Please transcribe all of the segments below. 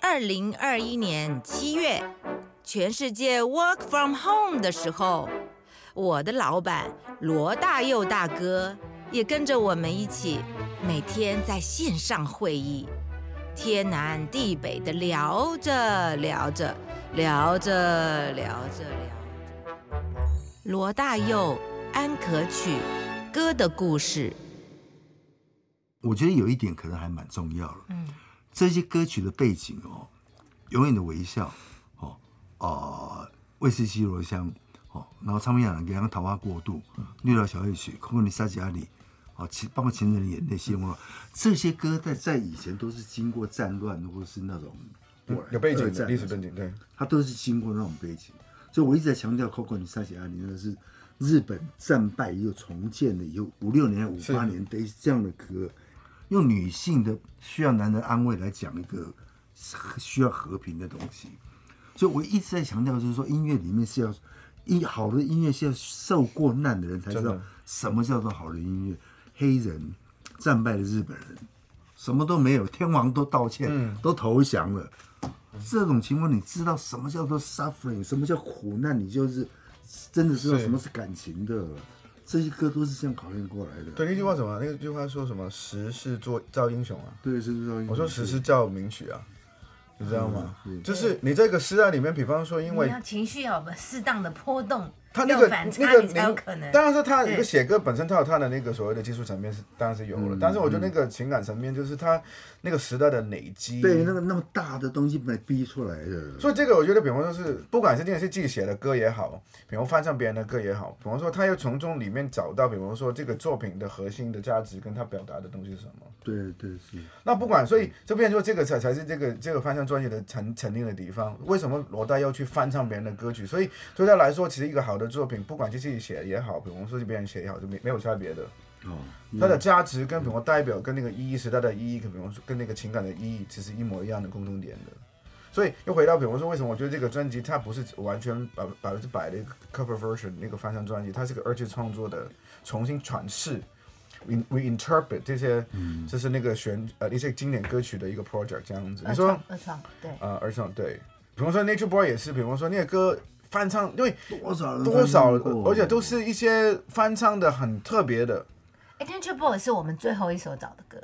二零二一年七月，全世界 work from home 的时候，我的老板罗大佑大哥也跟着我们一起，每天在线上会议，天南地北的聊着聊着，聊着聊着聊着，罗大佑《安可曲》歌的故事。我觉得有一点可能还蛮重要了，嗯，这些歌曲的背景哦，永远的微笑哦，呃，卫斯西罗香哦，然后唱片人给他桃花过渡，绿岛小夜曲，空空的沙加里，哦，情包括情人的眼泪、谢幕，这些歌在在以前都是经过战乱或是那种嗯有背二景的战历史背景，对，它都是经过那种背景。所以我一直在强调 Coco 你三喜阿里那是日本战败又重建了以后五六年、五是八年的这样的歌，用女性的需要男人安慰来讲一个 需要和平的东西。所以我一直在强调，就是说音乐里面是要一好的音乐是要受过难的人才知真道的什么叫做好的音乐。黑人战败的日本人，什么都没有，天王都道歉，嗯都投降了。这种情况，你知道什么叫做 suffering，什么叫苦难，你就是真的知道是什么是感情的了。这些歌都是这样考验过来的。对，那句话什么？那句话说什么？时势做造英雄啊！对，是不是？我说时势造名曲啊，你知道吗？嗯是就是你这个时代里面，比方说，因为你要情绪要有适当的波动，他那个要反差那个你才有灵可能。当然是他对一个写歌本身，他有他的那个所谓的技术层面是当然是有了，但是我觉得那个情感层面就是他那个时代的累积。对那个那么大的东西被逼出来的。所以这个我觉得，比方说是，不管是这个是自己写的歌也好，比方翻唱别人的歌也好，比方说他要从中里面找到，比方说这个作品的核心的价值跟他表达的东西是什么。对对是，那不管，所以这边说这个才才是这个这个翻唱专辑的成成定的地方。为什么罗大要去翻唱别人的歌曲？所以对他来说，其实一个好的作品，不管是自己写也好，比方说是别人写也好，就没没有差别的。哦，它的价值跟比方说代表跟那个意义时代的意义，跟比方说跟那个情感的意义，其实一模一样的共同点的。所以又回到比方说，为什么我觉得这个专辑它不是完全百百分之百的一个 cover version 那个翻唱专辑，它是个二次创作的，重新阐释。we we interpret 这些，就是那个旋呃一些经典歌曲的一个 project 这样子。你二说创，二创，对，呃，儿童对，比方说 Nature Boy 也是，比方说那个歌翻唱，因为多少人多少，翻唱过而且都是一些翻唱的很特别的，哎，Nature Boy 是我们最后一首找的歌，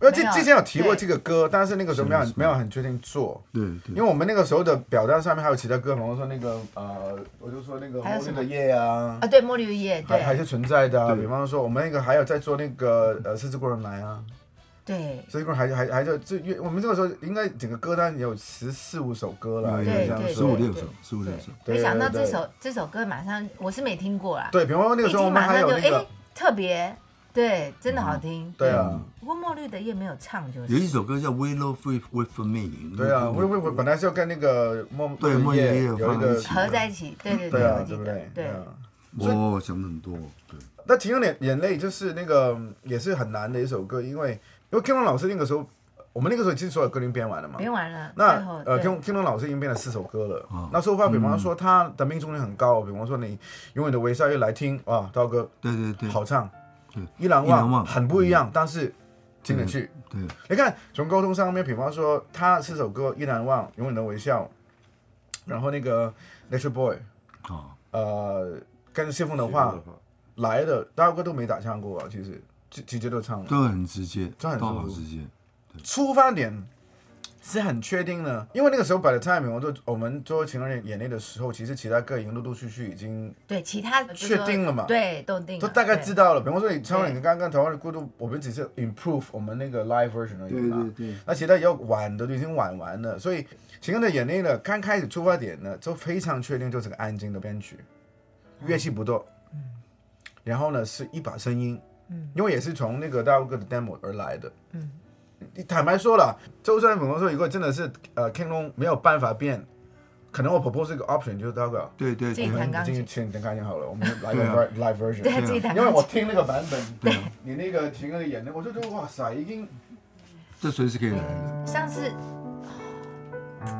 因为之没有之前有提过对这个歌，但是那个时候没有没有很确定做，对对因为我们那个时候的表单上面还有其他歌，比方说那个呃，我就说那个《还有茉莉什么的夜》啊啊，，对，《茉莉与夜》，还还对，是存在的啊。对比方说我们那个还有在做那个呃《四只过人来》啊，对《四只过人》啊还还还就就因为我们这个时候应该整个歌单有十四五首歌了，有有应该这对样对十五说。六对首，十五六首。对，没想到对对这对首这首歌马上我是没听过啦，对，比方说那个一时候我听们马还上有就那个哎，特别，对，真的好听，对啊。嗯不过《墨绿的夜》没有唱，就是有一首歌叫《Willow Free Wait for Me》，对啊，我那个我我本来是要跟那个莫嗯对莫莫言言也有有一放在个一起合在一起，对啊对对啊我，记对不得对，？对，啊我想得很多，对，那《情人眼眼泪》就是那个嗯也是很难的一首歌，因为因为 King Long 老师那个时候，我们那个时候其实所有歌已经编完了嘛。编完了，最那后呃对，King King Long 老师已经编了四首歌了。哦那说法，比方说他的命中率很高，比方说你永远的微笑又来听啊，刀哥对对对，好唱对，伊朗伊朗望望很不一样，但是听得去。对，你看，从沟通上面，比方说他四首歌《依然忘》《永远的微笑》，然后那个《Nature Boy》，好，呃，跟谢峰的话，来的大哥都没打唱过啊，其实直直接就唱了。都很直接，都很好直直接接，出发点是很确定的，因为那个时候摆的 time，我做我们做情人眼泪的时候，其实其他歌已经陆陆续续已经对其他的就是确说定了嘛对，都定了，都大概对知道了。比方说你唱了对你刚刚台湾的孤独，我们只是 improve 我们那个 live version 而已对嘛。对对。那其他要玩的都已经玩完了，所以《情人的眼泪》呢，刚开始出发点呢，就非常确定就是个安静的编曲，乐器不多，然后呢是一把声音，嗯因为也是从那个大陆哥的 demo 而来的，嗯，坦白说了，就算比方说如果真的是呃 King Long 没有办法变，可能我 propose 一个 option 就是大哥。对对自己对，弹你钢进琴去听听看就好了，我们来对个啊 ver- live version。对自己弹因为钢我琴听那个版本，对，你那个情人的眼泪，我就觉得哇塞，已经这随时可以来的。上次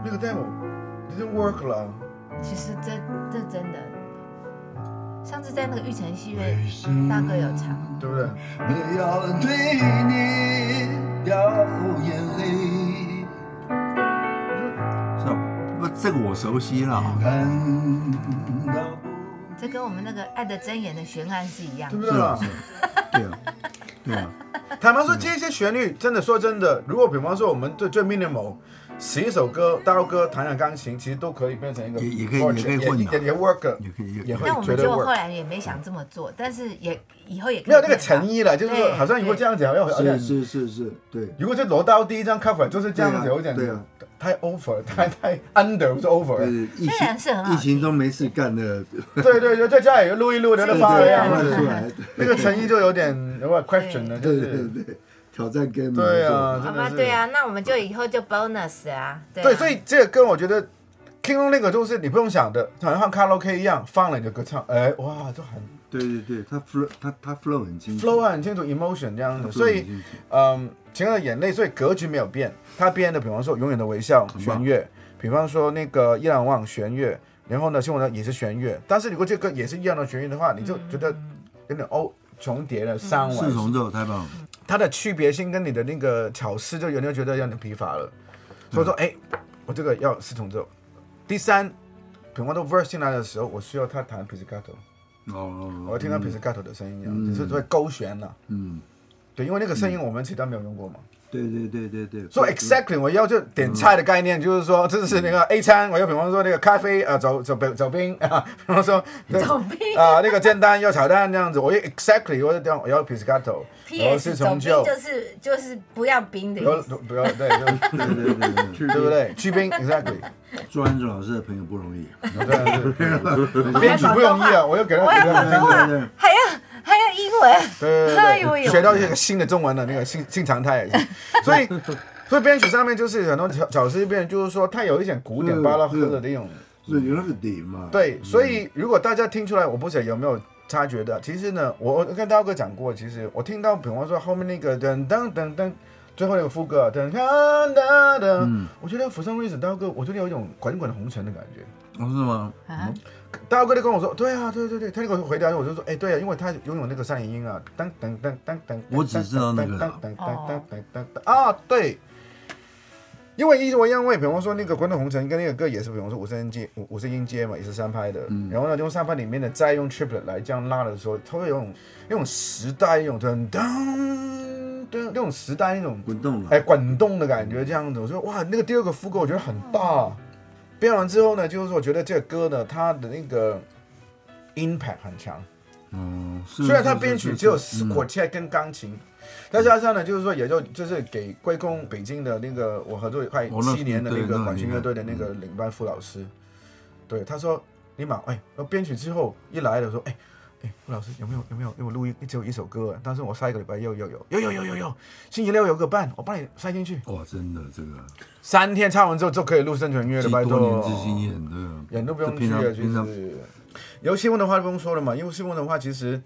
那个 demo 已经 work 了。啊其实这这真的，上次在那个玉成戏院，大哥有唱，对不啊对？我要对你掉眼泪，我啊这个我熟悉了。感到这跟我们那个《爱的箴言》的悬案是一样对的。不是对啊啊？是啊，对啊，对啊，坦白说，接一些旋律，真的说真的，如果比方说我们对最 minimal 十一首歌、刀歌、弹弹钢琴，其实都可以变成一个也也可以 project，也可以混的也也也 work，也可以也也会但我觉们得就后 work。来也没想这么做，但是也以后也可以没有那个变吧诚意了，就是说对好像如果对这样讲，要好像是是是是，对，如果就罗刀第一张 cover 就是这样子，对啊有点啊对啊太 over，了，太太 under 不是 over 呃了。，疫虽然是情很好疫情中没事干的，对对对，在家里录一录，聊聊对发对了对样乱子出，来，那个诚意就有点有点 question 了，就对对是对对，挑战 game，对啊，，好真吧，的是对，啊，那我们就以后就 bonus 啊，对啊对，所以这个歌我觉得。听到那个就是你不用想的，好像唱卡拉 OK 一样，放了你的歌唱，哎，哇，就很对对对，他 flow 他他 flow 很清楚 flow 啊很清楚，emotion 这样它子， flow 所很以清楚，嗯，《情人的眼泪》，所以格局没有变。他编的，比方说《永远的微笑》棒弦乐，比方说那个《伊朗望》弦乐，然后呢，《新闻呢也是弦乐。但是如果这个也是一样的弦乐的话，你就觉得嗯有点哦重叠了，三四完，重奏太棒了，它的区别性跟你的那个巧思就有点觉得有点疲乏了。所以说，嗯哎，我这个要四重奏。第三，比方说 verse 进来的时候，我需要他弹 pizzicato，哦，我要听到嗯 pizzicato 的声音啊，嗯只是会勾弦了。嗯，对，因为那个声音我们其他没有用过嘛。嗯对对对对对，所以 exactly 我要就点菜的概念，就是说这是那嗯个 A 餐，我要比方说那个咖啡啊，走走走冰啊，比方说那 走冰啊那个煎蛋要炒蛋这样子，我要 exactly 我要这样我要 piscato，然后 PS 四走重冰奏，就是就是不要冰的不要意思，不要对就对对对对，去对 不对？去冰 exactly，做安祖老师的朋友不容易，对 对对，编曲不容易啊，我要给他我要给广他东话对对对，还要还要英文，对哎对呦对，呦学到一个新的中文的那个新 新常态也是，所以所以编曲上面就是很多角角色变，就是说它有一点古典嗯巴拉赫的嗯那种。是有那个底嘛，对，所以如果大家听出来，我不知道有没有察觉的，其实呢，我我跟大哥讲过，其实我听到，比方说后面那个噔噔噔噔，最后那个副歌噔噔噔噔，我觉得釜山卫视刀哥，我觉得有一种滚滚红尘的感觉。哦是吗？啊嗯大哥就跟我说，对啊，对对对，他那个回答我就说，哎，对啊，因为他拥有那个三连音啊，噔噔噔噔噔，噔噔噔噔噔噔啊，对。因为一我因为，比方说那个《滚滚红尘》跟那个歌也是，比方说五声音阶五五声音阶嘛，也是三拍的。然后呢，用三拍里面的再用 triplet 来这样拉的时候，它会有种那种时代那种噔噔噔那种时代那种滚动了，哎滚动的感觉这样子。我说哇，那个第二个副歌我觉得很大。编完之后呢，就是我觉得这个歌呢，它的那个 impact 很强。嗯，是虽然是它是编曲是只有是嗯 quartet 跟钢琴，再加上呢，就是说也就就是给归功北京的那个我合作快哦那七年的对那个那管厉弦乐害队的那个领班傅老师，对他说尼玛，哎，我编曲之后一来的时候，哎。哎，傅老师有没有有没有？因为我录音只有一首歌啊，但是我下一个礼拜又又有有有有有有，星期六有个伴，我帮你塞进去，哇，真的这个，三天唱完之后就可以录生存乐了，集拜多托。年之经验，对啊，人都不这用去平啊，常其平常实。游戏问的话就不用说了嘛，因为戏问的话其实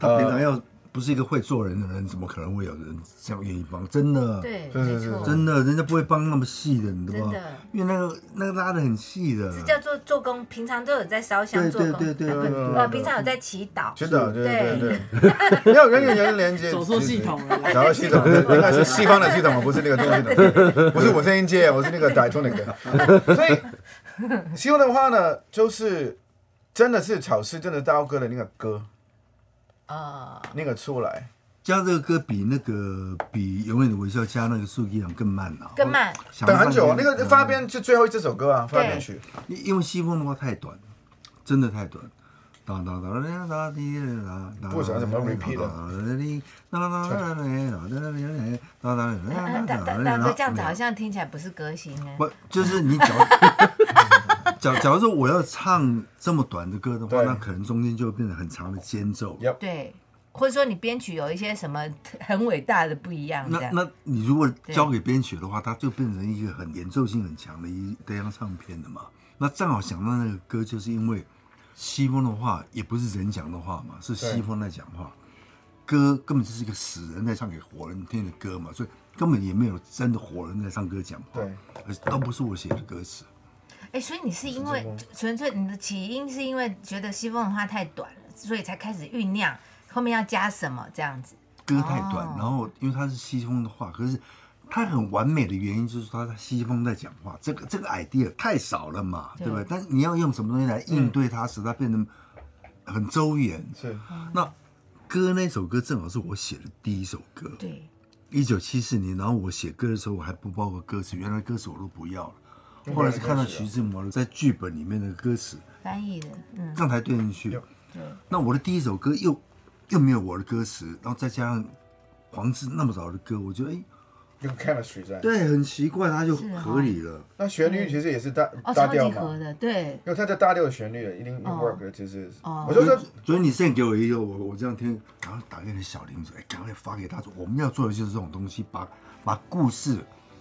他平呃常要不是一个会做人的人，怎么可能会有人这样愿意帮？真的，对，是是没是错，真的，人家不会帮那么细的，你懂吗真的？因为那个那个拉的很细的，这叫做做工，平常都有在烧香对做工，对对对呃对对呃，平常有在祈祷，真的，对对对对 对，没有人与人连接，走错系统了其实走错系统，应该是西方的系统，不是那个中国 系统，不是我声音界，我是那个打中那个，所以希望的话呢，就是真的是草师，真的刀哥的那个歌呃，那个出来，加这个歌比那个比《永远的微笑》加那个数据量更慢啊，更慢，想等了半很久啊，那天个嗯发编是最后这首歌啊，发编曲，因因为西风的话太短了，真的太短。哒哒哒哒哒滴哒哒，不知道怎么 repeat 的哒哒哒哒哒哒哒哒呃大大哒大哥这样子好像像听起来不是歌星哎，不就是你假如 假假如说我要唱这么短的歌的话，对那可能中间就会变成很长的间奏。 Yep 对，或者说你编曲有一些什么很伟大的不一样这那样，那你如果交给编曲的话，它就变成一个很演奏性很强的一一张唱片了嘛。那正好想到那个歌，就是因为西风的话也不是人讲的话嘛，是西风在讲话，歌根本就是一个死人在唱给活人听的歌嘛，所以根本也没有真的活人在唱歌讲话对，而都不是我写的歌词。哎，所以你是因为纯粹你的起因是因为觉得西风的话太短了，所以才开始酝酿后面要加什么这样子，歌太短哦，然后因为它是西风的话，可是它很完美的原因就是它西方在讲话，这个这个 idea 太少了嘛，对对不对？但你要用什么东西来应对它，使它变成很周延。是那歌那首歌正好是我写的第一首歌，对，一九七四年，然后我写歌的时候我还不包括歌词，原来歌词我都不要了。后来是看到徐志摩在剧本里面的歌词，翻译的，嗯，这样才对进去有。对，那我的第一首歌又又没有我的歌词，然后再加上黄志那么早的歌，我觉得哎、有 chemistry 在。对，很奇怪，它就是哈合理了。那旋律其实也是搭哦，搭超级调合嘛，的，对，因为它在搭调的旋律一定哦 work 的就是。哦我就说所 以你 send 给我一个，我我这样听，赶快打给你小林说，哎，赶快发给他说，我们要做的就是这种东西，把把故事，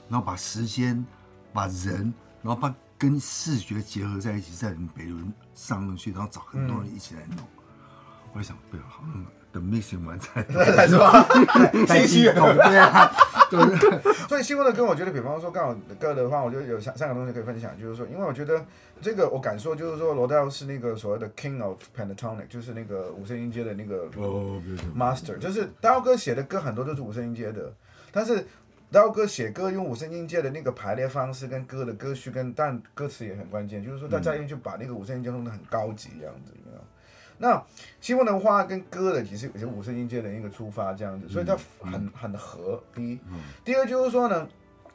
然后把时间，把人，然后把跟视觉结合在一起，在你们北仑上面去，然后找很多人一起来弄。我就想，对啊，好，嗯等 mixing 完再 来是吧？再激动，对啊，就是所以新闻的歌，我觉得，比方说刚好歌的话，我觉得有三三个东西可以分享，就是说，因为我觉得这个我敢说，就是说罗大佑是那个所谓的 King of Pentatonic，就是那个五声音阶的那个哦，不是 master，就是大佑哥写的歌很多都是五声音阶的，但是大佑哥写歌用五声音阶的那个排列方式跟歌的歌序跟但歌词也很关键，就是说大家一定去把那个五声音阶弄得很高级这样子，你知道。那西方文化跟歌的其实也是五声音阶的一个出发嗯这样子，所以它很很合。第一，第二就是说呢，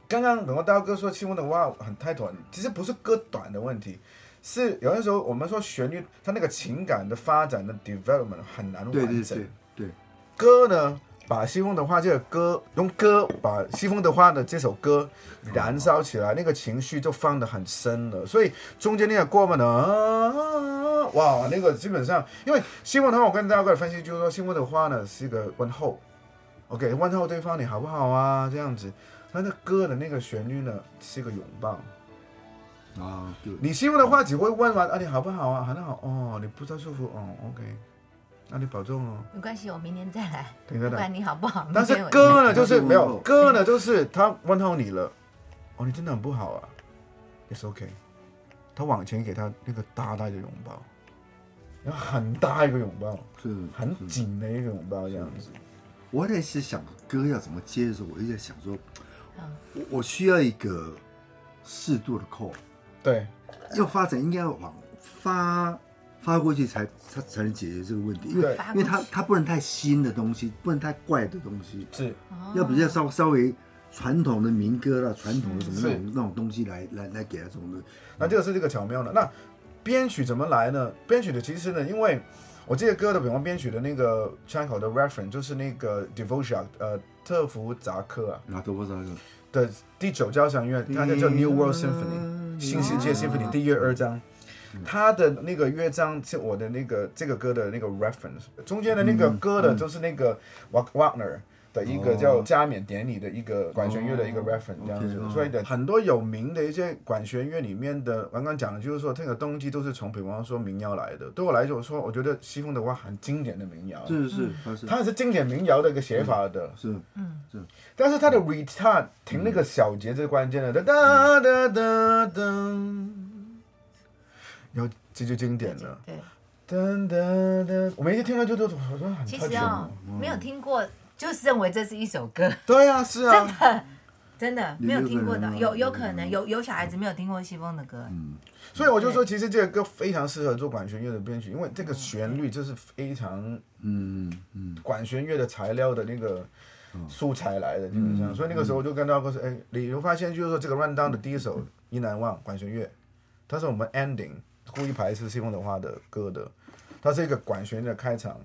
刚刚本国大佑哥说西方文化很太短，其实不是歌短的问题。是有的时候我们说旋律，它那个情感的发展的 development 很难完对整。对对对，歌呢，把西风的话这个歌用歌把西风的话的这首歌燃烧起来，那个情绪就放得很深了。所以中间那个过门呢，啊哇，那个基本上，因为西风的话，我跟大家分析就是说，西风的话呢是一个问候，OK，问候对方你好不好啊这样子。那那歌的那个旋律呢是一个拥抱。啊，就你希望的话只会问完啊，你好不好啊？很好哦，你不太舒服哦，OK，那你保重哦。没关系，我明天再来，等 不等等。管你好不好，但明是天我再歌来呢，就是没有嗯歌呢，就是他问候你了，哦，你真的很不好啊，It's OK。他往前给他那个大大的拥抱，然后很大一个拥抱，是很紧的一个拥抱这样子。我在是想歌要怎么接的时候，我一直在想说，嗯我我需要一个适度的扣，对，要发展应该要往发发过去才才才能解决这个问题，因为对因为它它不能太新的东西，不能太怪的东西，是要比较稍稍微传统的民歌啦，传统的什么那是种那种东西来来来给它这种的，那这个是这个巧妙的。那编曲怎么来呢？编曲的其实呢，因为我这个歌的，比方编曲的那个窗口的 reference 就是那个 Devotion，呃，特福扎克啊然后都不知道这个的第九交响乐，它叫 New World Symphony。新世啊界 Symphony 第嗯一二章，它的那个乐章是我的那个这个歌的那个 reference，中间的那个嗯歌的就是那个 Wa- Wagner。的一个叫加冕典礼的一个管弦乐的一个哦 reference 这样子 OK，哦，所以的很多有名的一些管弦乐里面的，刚刚讲的就是说这个东西都是从比方说民谣来的。对我来说，我说我觉得西风的话很经典的民谣，是是是，它是它也是经典民谣的一个写法的。是但是它的 retard 停那个小节是关键的，哒哒哒哒哒，然后这就经典了，对，哒哒哒，我每次听到就都好像很其特实别。哦，没嗯有听过，就是认为这是一首歌，对啊，是啊，真的你没有有听可过的能，啊有有可嗯能有有小孩子没有听过西风的歌，所以我就说，其实这个歌非常适合做管弦乐的编曲，因为这个旋律就是非常嗯嗯管弦乐的材料的那个素材来的，基本上。所以那个时候我就跟到哥说，哎，你会发现就是说这个 run down 的第一首《一难忘》管弦乐，它是我们 ending 故意排是西风的话的歌的，它是一个管弦乐的开场，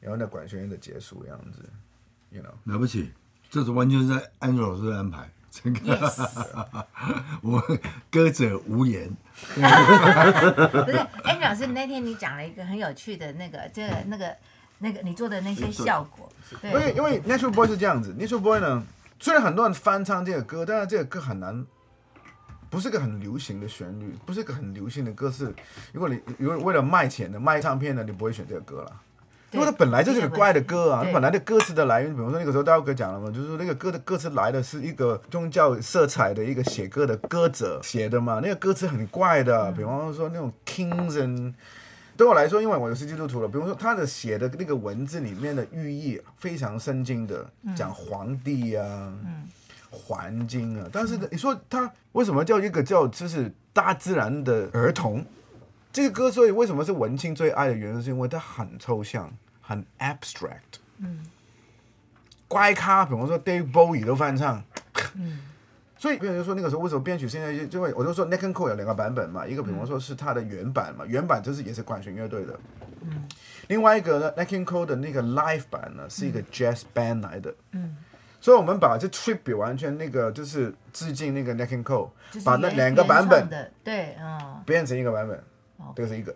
然后呢管弦乐的结束这样子，you know。了不起，这是完全是在安卓老师的安排，整个 Yes 我歌者无言。不是，哎，老师，那天你讲了一个很有趣的那个，这个那个那个你做的那些效果，因为对，因为 Natural Boy 是这样子，Natural Boy 呢，虽然很多人翻唱这个歌，但是这个歌很难，不是一个很流行的旋律，不是一个很流行的歌是，如果你如果为了卖钱的卖唱片的，你不会选这个歌啦。因为它本来就是个怪的歌啊，对它本来的歌词的来源，比如说那个时候大佑哥讲了嘛，就是说那个歌的歌词来的是一个宗教色彩的一个写歌的歌者写的嘛，那个歌词很怪的，啊比方说那种 kings and 对我来说，因为我也是基督徒了，比如说他的写的那个文字里面的寓意非常深经的，讲皇帝啊，环境啊。但是呢你说他为什么叫一个叫就是大自然的儿童？这个歌所以为什么是文青最爱的原因，是因为它很抽象，很 abstract。嗯，乖咖，比方说 Dave Bowie 都翻唱。嗯所以别人就说那个时候为什么编曲现在就就会，我就说 Neck and Cole 有两个版本嘛，一个比方说是它的原版嘛，原版就是也是管弦乐队的，嗯另外一个呢 Neck and Cole 的那个 live 版呢是一嗯个 jazz band 来的，嗯，所以我们把这 tribute 完全那个就是致敬那个 Neck and Cole，就是把那原两个版原本唱的，对，嗯，变成一个版本，这个是一个。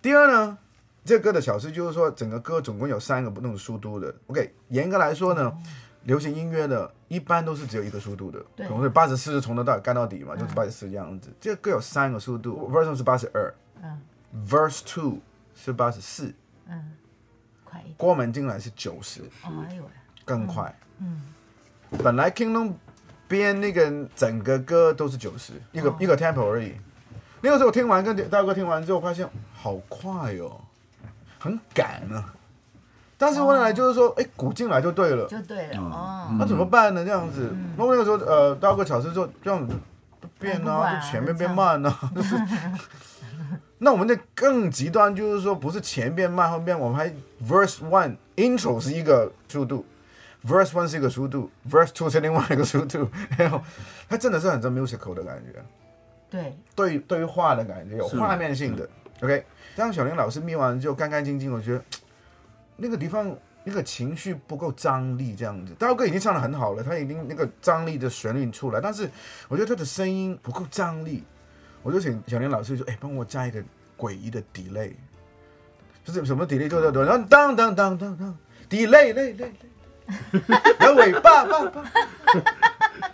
第二呢，这歌的小事就是说，整个歌总共有三个不同的速度的。OK，严格来说哦呢，流行音乐呢一般都是只有一个速度的，对嗯可能是八十四从头到尾干到底嘛，就是八十四这样子。这个歌有三个速度，Verse one 是八十二嗯，Verse two 是八十四，快一点，关门进来是九十，哦，哎呦喂，更快。嗯，本来 Kingdom 编那个整个歌都是九十，一个、一个 tempo 而已。那个时候我听完跟大哥听完之后，发现好快哦，很赶啊。但是后来就是说，哎、鼓进来就对了，就对了，哦，那怎么办呢？这样子，那、我那个时候呃，大哥小时就这样子就变那不啊，管就前面就变唱慢啊， 就是。那我们的更极端就是说，不是前变慢，后变我们还 verse one intro 是一个速度，verse one 是一个速度，verse two 是另外一个速度， 然后它真的是很像 musical 的感觉。啊对，对于对于画的感觉，有是画面性的。OK，当小林老师密完之后干干净净，我觉得那个地方那个情绪不够张力，这样子。大哥已经唱的很好了，他已经那个张力的旋律出来，但是我觉得他的声音不够张力，我就请小林老师说：“哎，帮我加一个诡异的 delay，就是什么 delay 就就就然后当当当当当 delay 嘞嘞 嘞，然后尾巴巴 巴，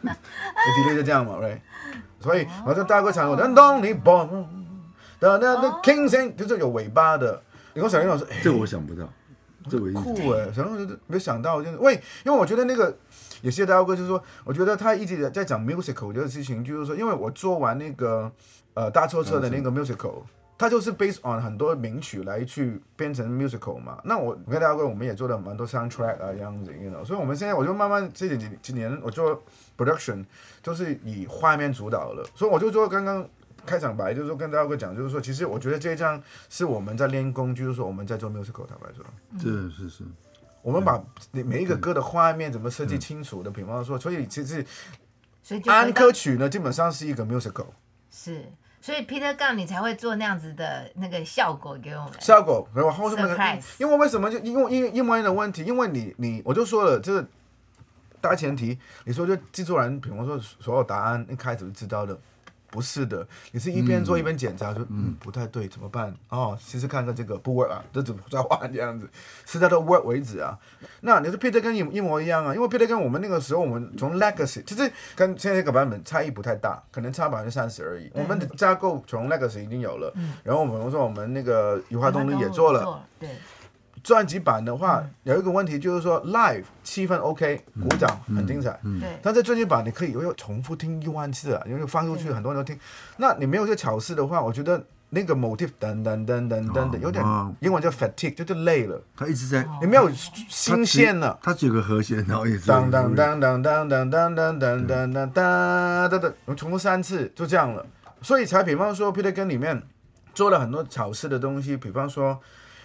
那 delay 就这样嘛，right？所以我在大歌场，我当当你嘣，当当当 king 声就是有尾巴的。你跟小林老师，哎，这我想不到，这我一酷直哎、然后就是没有想到，就是喂，因为我觉得那个也谢谢大家哥，就是说，我觉得他一直在讲 musical 这个事情，就是说，因为我做完那个呃大错车的那个 musical，它就是 based on 很多名曲来去编成 musical 嘛。那我我跟大家哥我们也做了蛮多 soundtrack 啊这样子，you know，所以我们现在我就慢慢这几几年我做 production 就是以画面主导了，所以我就说刚刚。开场白就是说跟大家哥讲，就是说，其实我觉得这一张是我们在练功，就是说我们在做 musical。坦白说，这是是我们把每一个歌的画面怎么设计清楚的，比方说，所以其实所以就回安到歌曲呢，基本上是一个 musical 是，所以 Peter 杠你才会做那样子的那个效果给我们，效果。然后后面那个 Surprise，因为为什么就因为因为英文的问题，因为你你我就说了，这个大前提，你说就制作人，比方说所有答案一开始就知道的。不是的，你是一边做一边检查，就嗯不太对，怎么办？哦，试试看看这个不 work 啊，这怎么再换这样子，是到到 work 为止啊。那你说 Peter 跟一一模一样啊，因为 Peter 跟我们那个时候，我们从 Legacy 其实跟现在这个版本差异不太大，可能差百分之三十而已。我们的架构从 Legacy 已经有了，然后我们说我们那个嗯雨花动力也做嗯了，，对，专辑版的话有一个问题就是说 live 气氛 OK，鼓掌很精彩，对，但在专辑版你可以又重复听一万次啊，因为放出去很多人都听。那你没有这巧思的话，我觉得那个 motif 等等等等等等，有点哦英文叫 fatigue，就是累了，他一直在你没有新鲜了。他只有个和弦，然后一直当当当当当当当当当当当当当，我重复三次，就这样了。所以才比方说 Peter 跟里面做了很多巧思的东西，比方说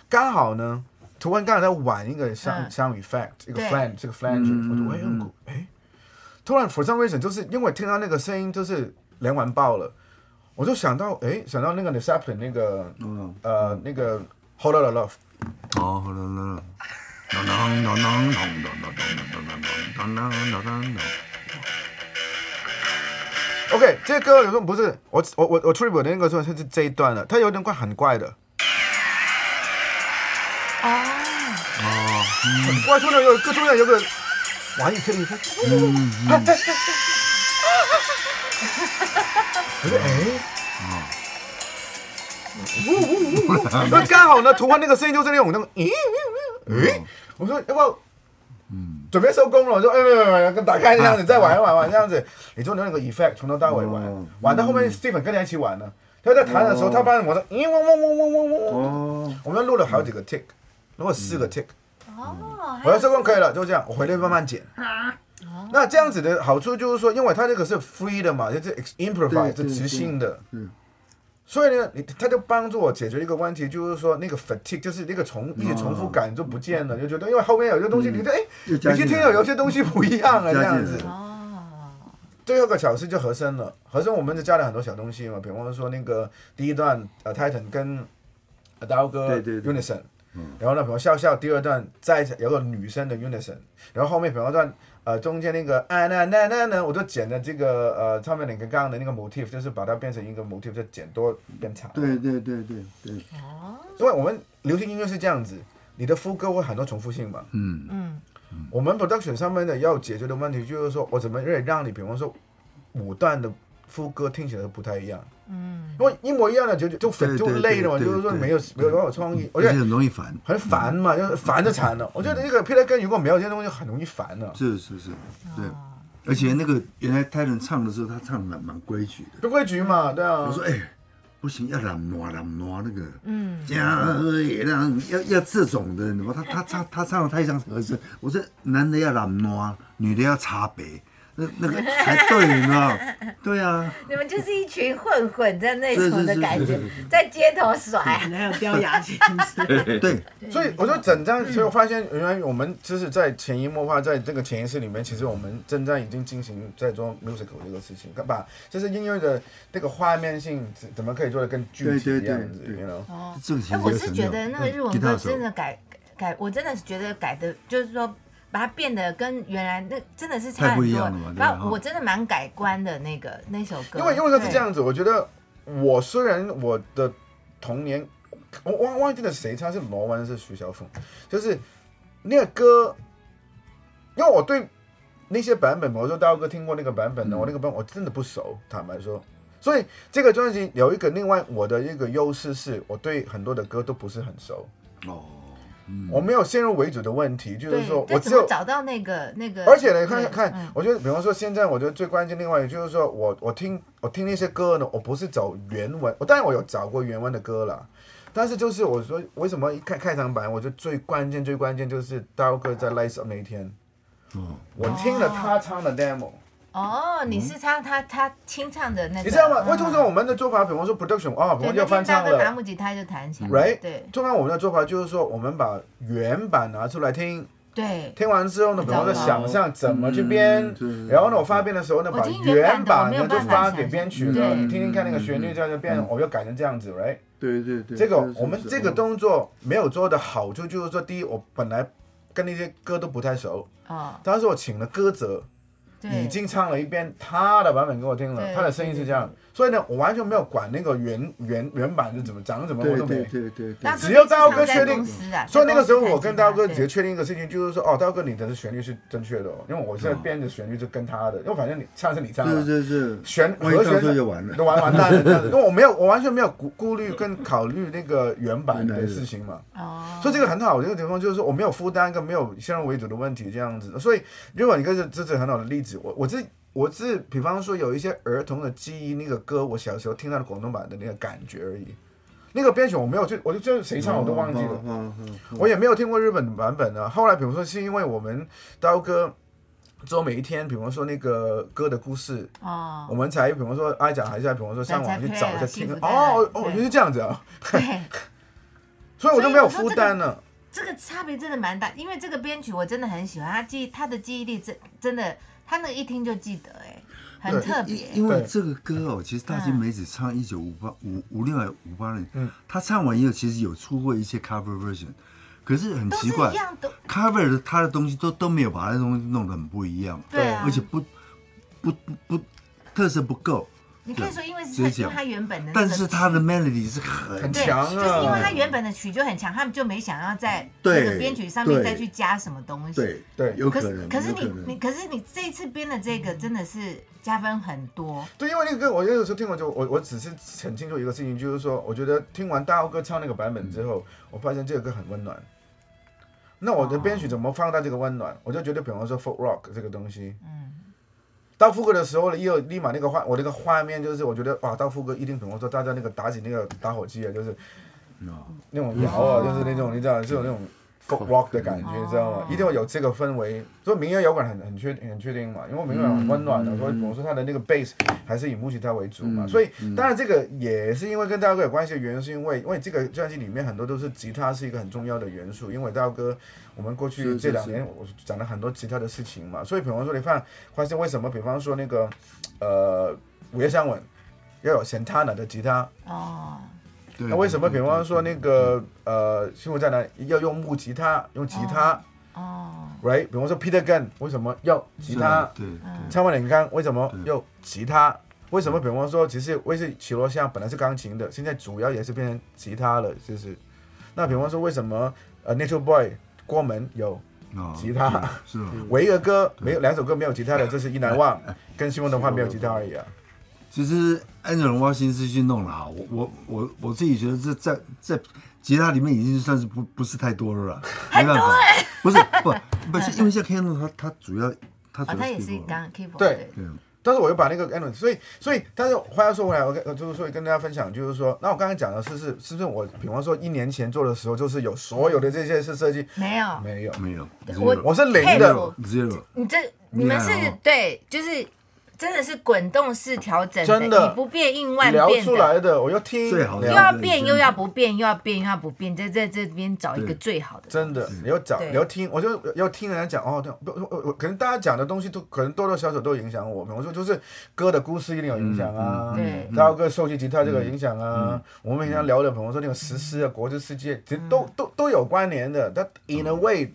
刚好呢，图文刚好在玩一个 sound、嗯 sound effect，一个对 flange，这个 flange，、我就我也用过，哎，突然 for some reason 就是因为听到那个声音就是连环爆了，我就想到哎，想到那个 n e s a p l i n 那个、嗯呃那个 Hold Out of Love，哦好，好了了了。当当当当当当当当当当当当当当。 OK，这个歌有时候不是我我我我 tribute 的那个时候是这一段了，它有点怪很怪的，哦，哦，很怪，突然有个突然有个玩意可以看，我说哎，呜呜呜，那刚好呢，图案那个声音就是那种那种咦咦，我说要不要？准备收工了，我说哎哎哎，打开这样子，再玩一玩玩这样子，你就那个 effect 从头到尾玩，玩到后面 Stephen 跟他一起玩了，他在弹的时候，他发现我说咦嗡嗡嗡嗡嗡嗡嗡，哦，我们录了好几个嗯 tick，录了四个 tick，哦，我要收工可以了，就这样，我回来慢慢剪。那这样子的好处就是说，因为它这个是 free 的嘛，就是 ex- improvise 对对是即兴的，是所以呢，你它就帮助我解决一个问题，就是说那个 fatigue，就是那个重嗯一直重复感就不见了，就觉得因为后面有些东西，你觉得哎，又嗯加有些进听来友有些东西不一样加啊，进这来样子。哦，最后一个小事就和声了，和声我们就加了很多小东西嘛，比方说那个第一段呃 Titan 跟呃刀哥对对对嗯 Unison，然后呢，比如笑笑第二段再有个女生的 Unison，然后后面比方段呃中间那个啊那那那那，我就剪了这个呃他们两个刚刚的那个 motif，就是把它变成一个 motif，再剪多变长。对对对对对，因为我们流行音乐是这样子，你的副歌会很多重复性嘛。嗯，嗯，我们 production 上面的要解决的问题就是说，我怎么也让你，比方说五段的副歌听起来都不太一样，嗯，因为一模一样的就就就对对就累了嘛，对对就是说对没有对没有没有创意，我而且嗯觉得很容易烦，很烦嘛，就是烦就惨了。我觉得这个 Peter 根如果没有这些东西，很容易烦的。是是是，对。哦而且那个原来泰伦唱的时候，他唱的蛮蛮规矩的。不规矩嘛，对啊我。说哎，不行，要懒挪懒挪那个，嗯，加会让要要这种的，然后他他唱他唱的太像和声。我说男的要懒挪，女的要茶杯，那那个才对 呢。对啊，你们就是一群混混在那是种是的是感觉是是，在街头甩，还有雕牙先生，对，所以我就整张，所以我发现原来我们就是在潜移默化，在这个潜意识里面，其实我们正在已经进行在做 musical 这个事情，把就是音乐的这个画面性怎怎么可以做的更具对体对的对样子对，you know。哦这个其实哎，我是觉得那嗯个日文歌真的的改改，我真的是觉得改的，就是说把它变得跟原来那真的是差太不很一多样了嘛。对然哈后我真的蛮改观的那个那首歌，因为因为它是对这，样子，我觉得我虽然我的童年，我忘忘记了谁唱是罗文还是徐小凤，就是那个歌，因为我对那些版本，我说大哥听过那个版嗯本的，我那个版本我真的不熟，坦白说。所以这个专辑有一个另外我的一个优势是，我对很多的歌都不是很熟，哦，我没有先入为主的问题，就是嗯对，说这我怎只么有找到那个那个，而且呢，看对嗯看，我觉得，比方说现在，我觉得最关键另外一个就是说我我听我听那些歌呢，我不是找原文，我当然我有找过原文的歌啦，但是就是我说为什么一开开场版，我觉得最关键最关键就是刀哥在 Lights Up 那一天，啊哦，我听了他唱的 demo，、哦，你是他他他清唱的那个，你知道吗？嗯因为通常我们的做法，比方说 production 啊、我们对，那要天翻大唱哥拿了木吉他就弹起来，right？对通常我们的做法就是说，我们把原版拿出来听，对。听完之后呢，比方说找到想象怎么去编，嗯对然后呢，我发编的时候呢，我把听原原版版的我呢没有就办法发想给象编曲对了，你听听看那个旋律这样就变，我又改成这样子，right？对对嗯对，这个是是我们是这个哦动作没有做的好处就是说，第一，我本来跟那些歌都不太熟，哦，当时我请了歌者对，已经唱了一遍他的版本给我听了，对他的声音是这样，所以呢，我完全没有管那个原原原版是怎么长怎么，我对都没对。对对对大，只有大大哥确定定所以那个时候，我啊跟刀哥直接确定一个事情，就是说，哦，刀哥你的旋律是正确的、哦，因为我现在编的旋律就跟他的，因为反正你唱是你唱的嘛，嗯对对对，旋和万一唱弦错是就完了都。完完蛋了 这样子，因为我没有，我完全没有顾顾虑跟考虑那个原版的事情嘛，哦，所以这个很好，这个地方就是说我没有负担跟没有先入为主的问题这样子，所以日本你看这这是很好的例子，我我是我是比方说有一些儿童的记忆那个歌，我小时候听到的广东版的那个感觉而已，那个编曲我没有去，我就这谁唱我都忘记了。嗯。嗯嗯嗯我也没有听过日本版本的。后来，比如说是因为我们刀哥之后每一天，比方说那个歌的故事，我哦，们才比方说爱讲还是在比方说上网去找才才再听幸福。在哪哦哦，对原来是这样子啊，对， 所以我就没有负担了。这个差别真的蛮大，因为这个编曲我真的很喜欢，他记他的记忆力真真的，他那个一听就记得，哎，很对特别因，因为对这个歌哦，其实大金嗯梅子唱一九五八五五六五八年，嗯她唱完以后其实有出过一些 cover version，可是很都是奇怪一样的， ，cover 的她的东西都都没有把那东西弄得很不一样，对啊而且不不不不特色不够，你可以说因为是就是这因样为他原本的那个但曲，是她的 melody 是很很对，强啊就是因为他原本的曲就很强，他们就没想要在对那个编曲上面对再去加什么东西，对对有可可是能，可是有你你能可是你这一次编的这个真的是加分很多，对，因为那个歌，我有时候听完就我我只是很清楚一个事情，就是说，我觉得听完大浩哥唱那个版本之后，我发现这个歌很温暖。那我的编曲怎么放大这个温暖？我就觉得，比方说 folk rock 这个东西，嗯，到副歌的时候呢，又立马那个画，我那个画面就是，我觉得哇，到副歌一定，比方说大家那个打起那个打火机啊，就是哦那种摇啊，就是那种你知道，是有那种 folk rock 的感觉，你知道吗？一定要有这个氛围。所以民谣摇滚很很确很确定嘛，因为民谣很温暖的，所以我说它的那个 bass 还是以木吉他为主嘛。所以当然这个也是因为跟大哥有关系的原因，是因为因为这个专辑里面很多都是吉他是一个很重要的元素，因为大哥我们过去这两年我讲了很多吉他的事情嘛，所以比方说你看发现为什么，比方说那个呃午夜香吻要有 Santana 的吉他。哦，对那为什么比对方说那个呃，幸福在哪要用木吉他，用吉他、哦， r i g h t 比方说 Peter Gunn 为什么要吉是他啊？对嗯对仓万领刚为什么要吉他？为什么比方说，其实威士奇罗像本来是钢琴的，现在主要也是变成吉他了，就是。那比方说，为什么呃 Nature Boy 郭门有哦吉他对是啊。唯一的歌没有两首歌没有吉他的，这是一难忘跟西蒙的话没有吉他而已啊。其实安德龙花心思去弄了哈，我我我我自己觉得这在在吉他里面已经算是不不是太多了啦，没办法，欸不是不不是因为像 Ken 它它主要它哦，主要他也是一个张 keyboard，对对对啊但是我又把那个 Alan，所以所以，但是话又说回来，我跟呃就是说跟大家分享，就是说，那我刚才讲的是是是不是我，比方说一年前做的时候，就是有所有的这些是设计没有，没有，没有我 zero 我是零佩的，服 zero 你这你们是厉害哦对，就是真的是滚动式调整真的以不变应万聊变出的。来的，我又听最好的又聊要得变真又要不变，又要变又要不变，在在这边找一个对最好的。真的，你要找对你要听，我就要听人家讲哦，对不，我我可能大家讲的东西都可能多多少少都影响我们。我说就是歌的故事一定有影响啊，嗯嗯对然后歌手机吉他这个影响啊，我们平常聊的，比方说那种时事啊、国际世界，其实嗯都都都有关联的。但 in a way，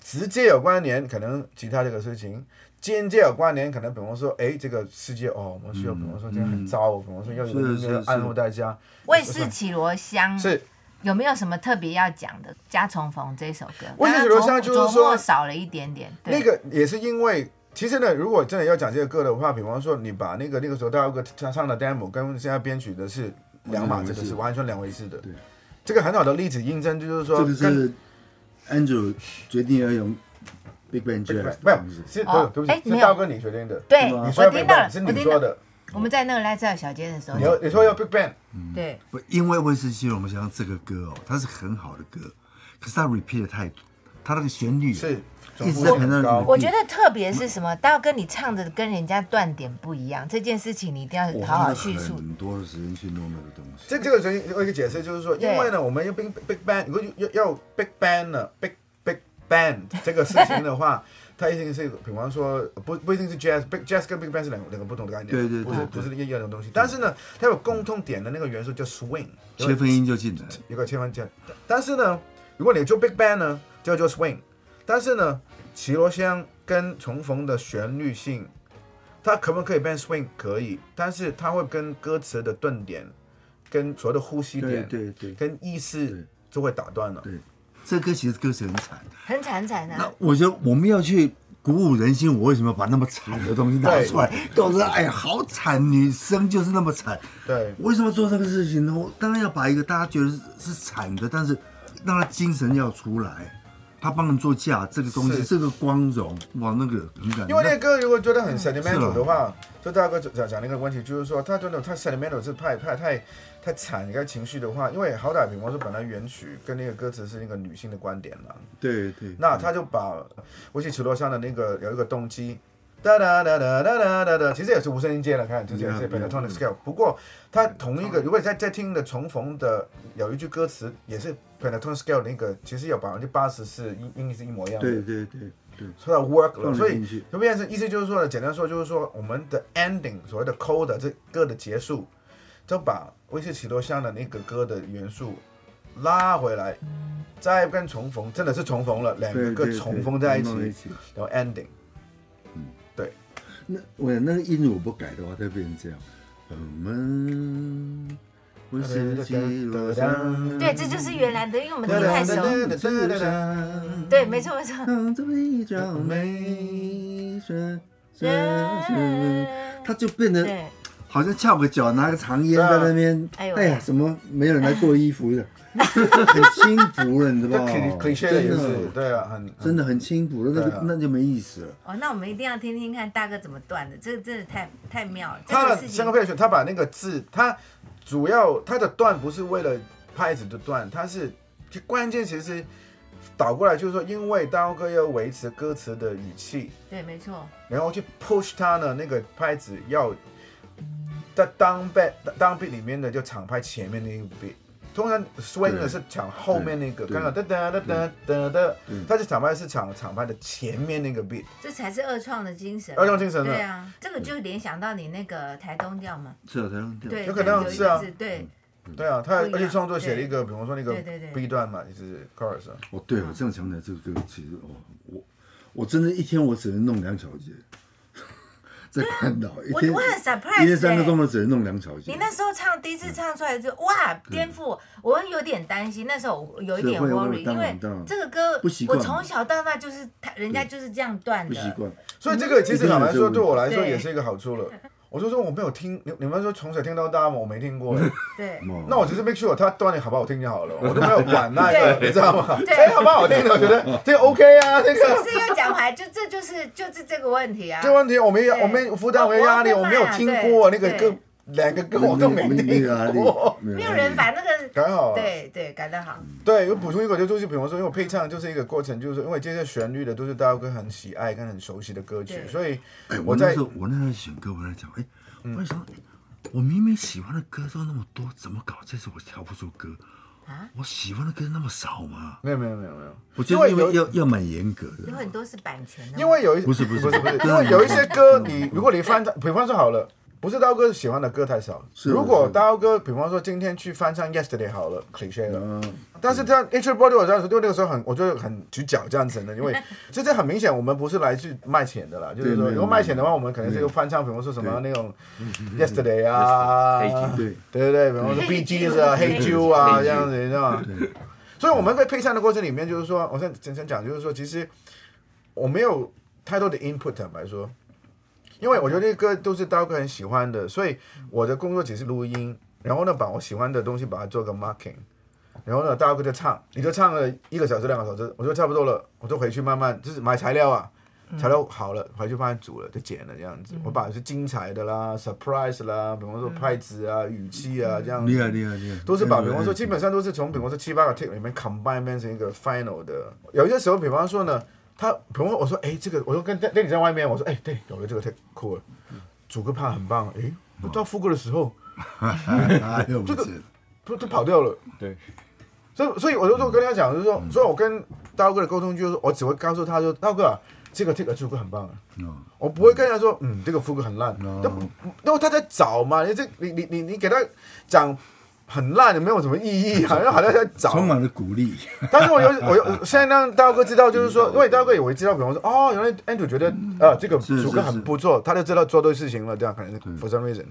直接有关联，可能吉他这个事情。间接有关联，可能比方说，哎，这个世界哦，我们嗯需要，比方说这个很糟，比方说要有是一是个是暗护大家，卫士绮罗香啊是有没有什么特别要讲的？《家重逢》这首歌，卫士绮罗香就是说刚刚琢磨少了一点点，对那个也是因为，其实呢，如果真的要讲这个歌的话，比方说你把那个那个时候大佑哥他唱的 demo 跟现在编曲的是两码子的，是完全两回事的。对，这个很好的例子印证就是说，这个啊跟是 Andrew 决定要用 Big Band Jazz，没有是不是是，哦不对哎不起，没是有大哥你决定的。对你我说要啊 big 听到 band 了，是我你听到说了。的，我们在那个 l i v e 小间的时候你，要你说要 big band，对，不因为卫士西龙香这个歌哦，它是很好的歌，可是它 repeat 的太多，它那个旋律啊是一直在重复膨胀很高我觉得特别是什么，大哥你唱的跟人家断点不一样，这件事情你一定要我好花好了叙述。嗯很多的时间去弄那个东西，这这个原因有一个解释，就是说，因对为呢，我们要 big big band，如果要要 big band 呢，big big band 这个事情的话，它一定是，比方说，不不一定是 jazz，big jazz 跟 big band 是两个两个不同的概念，对对对不是对不是一样的东西。但是呢，它有共通点的那个元素叫 swing，有切分音就进来了。有个切换键。但是呢，如果你做 big band 呢，叫做 swing，但是呢，绮罗香跟重逢的旋律性，它可不可以变 swing？可以，但是它会跟歌词的顿点。跟所有的呼吸点，对对对跟意识就会打断了。对，这歌其实歌词很惨。很惨惨那啊，我觉得我们要去鼓舞人心，我为什么要把那么惨的东西拿出来，告诉他，哎呀，好惨，女生就是那么惨。对我为什么做这个事情呢？我当然要把一个大家觉得是惨的，但是让他精神要出来，他帮人做嫁这个东西，是这个光荣，哇，那个很感因为那个动。歌如果觉得很是 sentimental 啊的话，就大哥讲讲那个问题，就是说他真的太 sentimental 是太太太太惨一个情绪的话，因为好歹比方说本来原曲跟那个歌词是那个女性的观点嘛，对对，嗯那他就把我去球落上的那个有一个动机。哒哒哒哒哒哒哒哒，其实也是无声音阶了，看，就是也 Yeah, 是 pentatonic yeah, scale。不过它同一个，如果你在在听的重逢的有一句歌词也是 pentatonic scale 那个，其实有百分之八十是音音是一模一样的。对对对，说到 work 放了，得所进以去就变成意思就是说呢，简单说就是说我们的 ending 所谓的 coda 这歌的结束，就把威士奇多香的那个歌的元素拉回来，再跟重逢，真的是重逢了，两个歌重逢在一起，然后 ending，对，那我那个音如果不改的话，它变成这样。我们我是基罗山，对，这就是原来的，因为我们哒听太哒熟哒。哒哒哒哒。对，没错没错。唱这么一张美声声，它就变得对，好像翘个脚，拿个长烟在那边，哎呦哎呀，什么没有人来做衣服的，很轻浮了，你知这道吗 cli-？cliché 的真也是，的，对啊，很真的很轻浮了，那对个啊那就没意思了。哦，那我们一定要听听看大哥怎么断的，这个真的太太妙了。这他的个事香情港配选，他把那个字，他主要他的段不是为了拍子的段，他是就关键其实倒过来就是说，因为刀哥要维持歌词的语气，对，没错，然后去 push 它呢，那个拍子要在当 beat 当 beat 里面的就抢拍前面那个 beat，通常 swing 的对是抢后面那个，对嗯刚刚哒哒哒哒哒哒对，它是抢拍是抢抢拍的前面那个 beat，这才是二创的精神。二创精神对呢，啊，这个就联想到你那个台东调嘛，是啊，台湾调对，有可能对是啊有一阵子嗯对，对啊，他不一样而且创作写了一个，比方说那个对对对 B 段嘛，就是 chorus，啊哦，对，我这样想起来，这个歌其实哦，我我真的一天我只能弄两小节， 在关岛一嗯我天我很一天 surprise 三个欸钟头只能弄两小节你，那时候唱第一次唱出来就哇颠覆我，我有点担心。那时候我有一点是会会 worry，当然因为当然这个歌不习我惯从小到大就是他人家就是这样断不习的。惯。所以这个其实老白说对我来说对也是一个好处了。我就说我没有听，你你们说从小听到大吗？我没听过。哎对哦那我只是 make sure 它端的好不好听 就好了，我都没有管那个，对你知道吗？对哎，好不好听的，我觉得这个 OK 啊，这不个是要讲回来，就这就是就是这个问题啊。这问题我没有对哦我没负担没压力，我我我没有听过那对个歌，两个歌我都没那听个压力过， 没有人把那个刚好啊对对改得好，对，有补充一个，就就是比方说，因为配唱就是一个过程，就是因为这些旋律的都是大家会很喜爱跟很熟悉的歌曲，对所以哎，我我那在嗯时候我那时候选歌，我在讲，哎，我在想，哎我明明喜欢的歌都那么多，怎么搞？这次我挑不出歌啊我喜欢的歌那么少吗？没有没有没有没有，我觉因为得因为有要要蛮严格有的，很多是版权的嘛。因为有一不是不是不是不是，对因为有一些歌你如果你翻唱，比方说好了。不是刀哥喜欢的歌太少了。是如果是刀哥，比方说今天去翻唱《Yesterday》好了，cliche 了。嗯，但是他 H Body 我当时对那个时候很，我就很举脚这样子的，因 为就这很明显，我们不是来去卖钱的啦，就对没嗯是说有如果卖钱的话，我们可能是一个翻唱，比方说什么那种 Yesterday 啊， Yesterday，对对对对，比方说 B G 啊、黑猪啊这样子，你知道吗？所以我们在配唱的过程里面，就是说，我想想想讲，就是说，其实我没有太多的 input 坦白说，因为我觉得这歌都是刀哥很喜欢的，所以我的工作只是录音，然后呢，把我喜欢的东西把它做个 marking。然后呢，大哥就唱，你就唱了一个小时、两个小时，我说差不多了，我就回去慢慢就是买材料啊，材料好了，回去帮他煮了，就剪了这样子。我把是精彩的啦、surprise 啦，比方说拍子啊、语气啊这样厉害子，厉害厉害，都是把比方哎说基本上都是从比方说七八个 take 里面 combine 变成一个 final 的。有些时候，比方说呢，他比方说我说哎这个，我说跟跟跟你在外面，我说哎对，有了这个 take 酷了，煮个怕很棒，哎到副歌的时候。 哎呦，这这个个都都跑掉了。对，所以所以我就说跟他讲，就是说，所以我跟刀哥的沟通就是，我只会告诉他说，刀哥、啊，这个这个副歌很棒啊。嗯我不会跟他说，嗯，这个副歌很烂，那、那他在找嘛，你这你你你你给他讲很烂，也没有什么意 义，啊好像好像在找。充满了鼓励，但是我有我有现在让刀哥知道，就嗯是说，因为刀哥也会知道，比方说，哦，原来 Andrew 觉得呃这个是是主歌很不错，他就知道做对事情了，这样可能是 for some reason。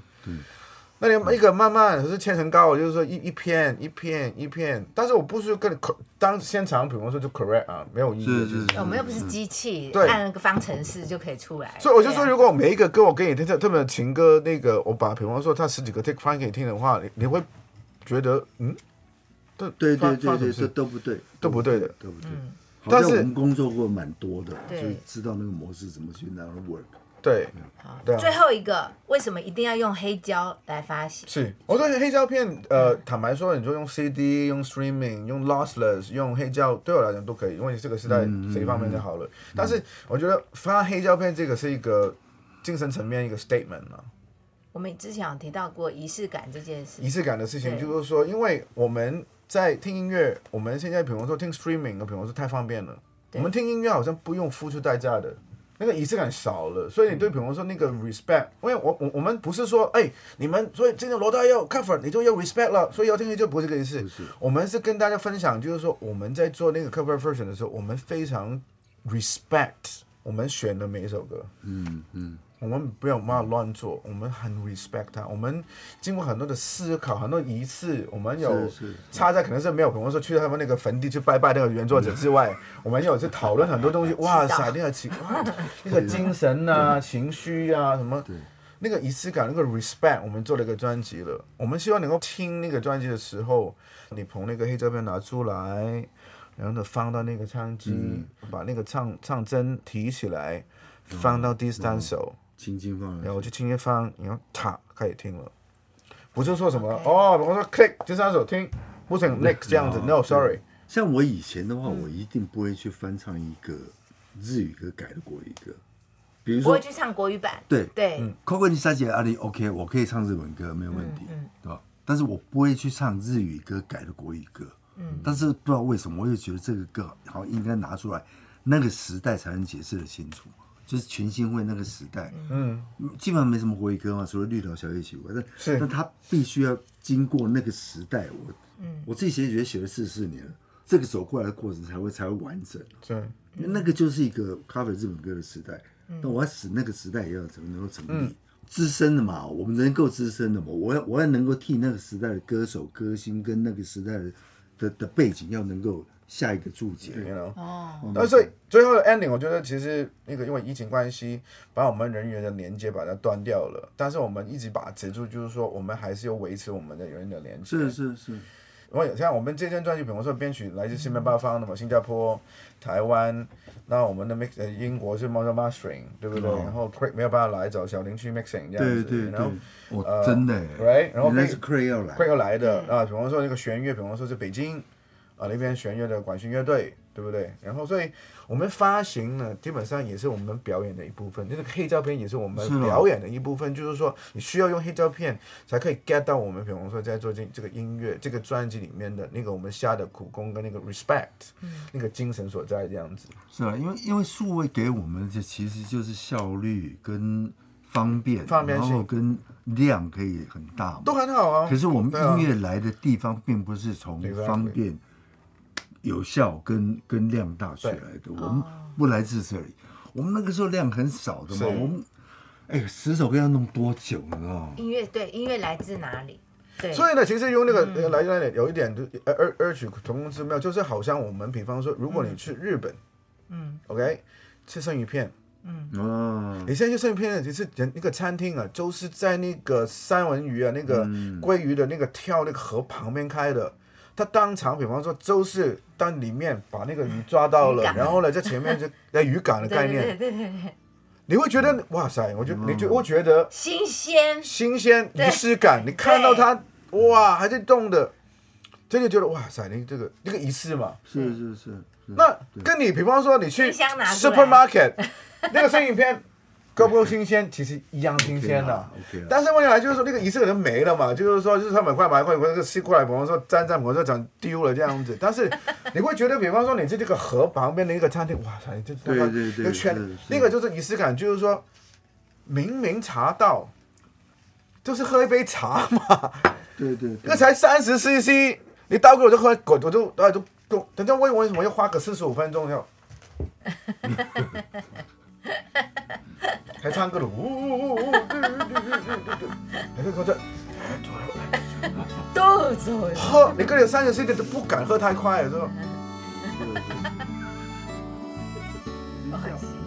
那你一个慢慢是千层糕，我就是说一一片一片一片，但是我不是跟你 cor- 当现场，比方说就 correct 啊，没有意义。是就是是，我哦们又不是机器，对按了个方程式就可以出来。所以我就说，对啊如果每一个歌我给你听，特特别情歌那个，我把比方说他十几个 take 翻给你听的话，你你会觉得嗯，对对对对对，这都不对，都不对的都不对。好但像是我们工作过蛮多的，嗯对就知道那个模式怎么去让它 work。对对啊最后一个，为什么一定要用黑胶来发行？是，我对黑胶片，呃，坦白说，你说用 CD、用 streaming、用 lossless、用黑胶，对我来讲都可以，因为这个是在这一方面就好了。但是我觉得发黑胶片这个是一个精神层面一个 statement 啊，我们之前有提到过仪式感这件事仪，式感的事情，对就是说，因为我们在听音乐，我们现在比方说听 streaming，比方说太方便了，我们听音乐好像不用付出代价的。那个仪式感少了，所以你对，比方说那个嗯 respect，因为我我我们不是说，哎，你们所以今天罗大佑 cover 你就要 respect 了，所以要听音乐就不是这个意思。我们是跟大家分享，就是说我们在做那个 cover version 的时候，我们非常 respect 我们选的每一首歌。我们不要嘛乱做，我们很 respect 他，我们经过很多的思考，很多仪式，我们有是是差在可能是没有，比方说去他们那个坟地去拜拜那个原作者 之外，我们有去讨论很多东西，哇塞，那个情，哇，那个精神啊、情绪啊什么。那个仪式感，那个 respect，我们做了一个专辑了。我们希望能够听那个专辑的时候，你从那个黑胶片拿出来，然后呢放到那个唱机，嗯把那个唱唱针提起来，放嗯到第三首，轻轻放下然后我去轻轻放，然后塔开始听了，不是说什么哦，我说 click 第三首听，不成 next 这样子，no sorry，像我以前的话，嗯我一定不会去翻唱一个日语歌改的国语歌，比如不说会去唱国语版。对对，嗯 Coco 你三姐阿里 OK，我可以唱日文歌没有问题，嗯对吧？但是我不会去唱日语歌改的国语歌，嗯，但是不知道为什么，我就觉得这个歌好像应该拿出来，那个时代才能解释的清楚，就是群星会那个时代，嗯，基本上没什么国语歌嘛，除了《绿岛小夜曲》以外，但是但他必须要经过那个时代，我，嗯我自己写写写了四四年了，这个走过来的过程才会才会完整。对，那个就是一个 cover 日本歌的时代。嗯那我要使那个时代也要怎么能够成立？资深的嘛，我们人够资深的嘛，我要我要能够替那个时代的歌手、歌星跟那个时代的的的背景要能够下一个注解。你 know。哦，但所以最后的 ending，我觉得其实那个因为疫情关系，把我们人员的连接把它断掉了，但是我们一直把持住，就是说我们还是要维持我们的人员的连接。是是是，因为像我们这张专辑，比方说编曲来自四面八方的嘛，新加坡、台湾，那我们的 mix 呃英国是 Mono Mastering，对不对？哦然后 Craig 没有办法来，找小林去 mixing 这样对子，对然对后，我呃真的欸， right，然后原来是 Craig- Cray 要来 Craig 又来的啊，比方说那个弦乐，比方说是北京啊那边弦乐的管弦乐队，对不对？然后所以我们发行呢，基本上也是我们表演的一部分，那个黑胶片也是我是们吗表演的一部分，就是说你需要用黑胶片才可以 get 到我们，比方说在做这这个音乐这个专辑里面的那个我们下的苦功跟那个 respect，、那个精神所在这样子。是啊，因为因为数位给我们的其实就是效率跟方便，方便然性后跟量可以很大嘛，都很好啊，可是我们对啊音乐来的地方，并不是从 Exactly 方便、有效跟跟量大学来的，我们不来自这里。我们那个时候量很少的是嘛，我们哎，十首歌要弄多久，啊你知道吗？音乐对音乐来自哪里？对，嗯所以呢，其实用那个呃来源来有一点就呃二二曲同工之妙，就是好像我们比方说，如果你去日本，嗯，OK，吃生鱼片，嗯啊，你现在去生鱼片，就是人那个餐厅啊，就是在那个三文鱼啊、那个鲑鱼的那个跳那个河旁边开的。他当场，比方说，就是当里面把那个鱼抓到了，然后呢，在前面就在渔港的概念，对对对对对，你会觉得哇塞，我就你就会觉得新鲜，新鲜对仪式感，你看到它哇还在动的，这就觉得哇塞，你这个这个仪式嘛。是是是，是那跟你比方说你去冰箱拿出来 supermarket 那个生鱼 片够不够新鲜，其实一样新鲜啊的。 OK 啊啦但是问题来就是说，那个仪式可能没了嘛，就是说，就是三百块、八百块，或者是过来，比方说沾沾，比方说讲丢了这样子。但是 你会觉得，比方说你在这个河旁边的一个餐厅，哇塞，这对对对一个圈是是，那个就是仪式感，就是说，明明茶道，就是喝一杯茶嘛，对对对，那才三十 CC，你倒给我就喝，我我就啊就就，等下为为什么要花个四十五分钟要？还唱歌了，呜呜呜呜，对对对对对对，还在说这，都走了。喝，你个人三十岁的都不敢喝太快了，是吧？不可惜。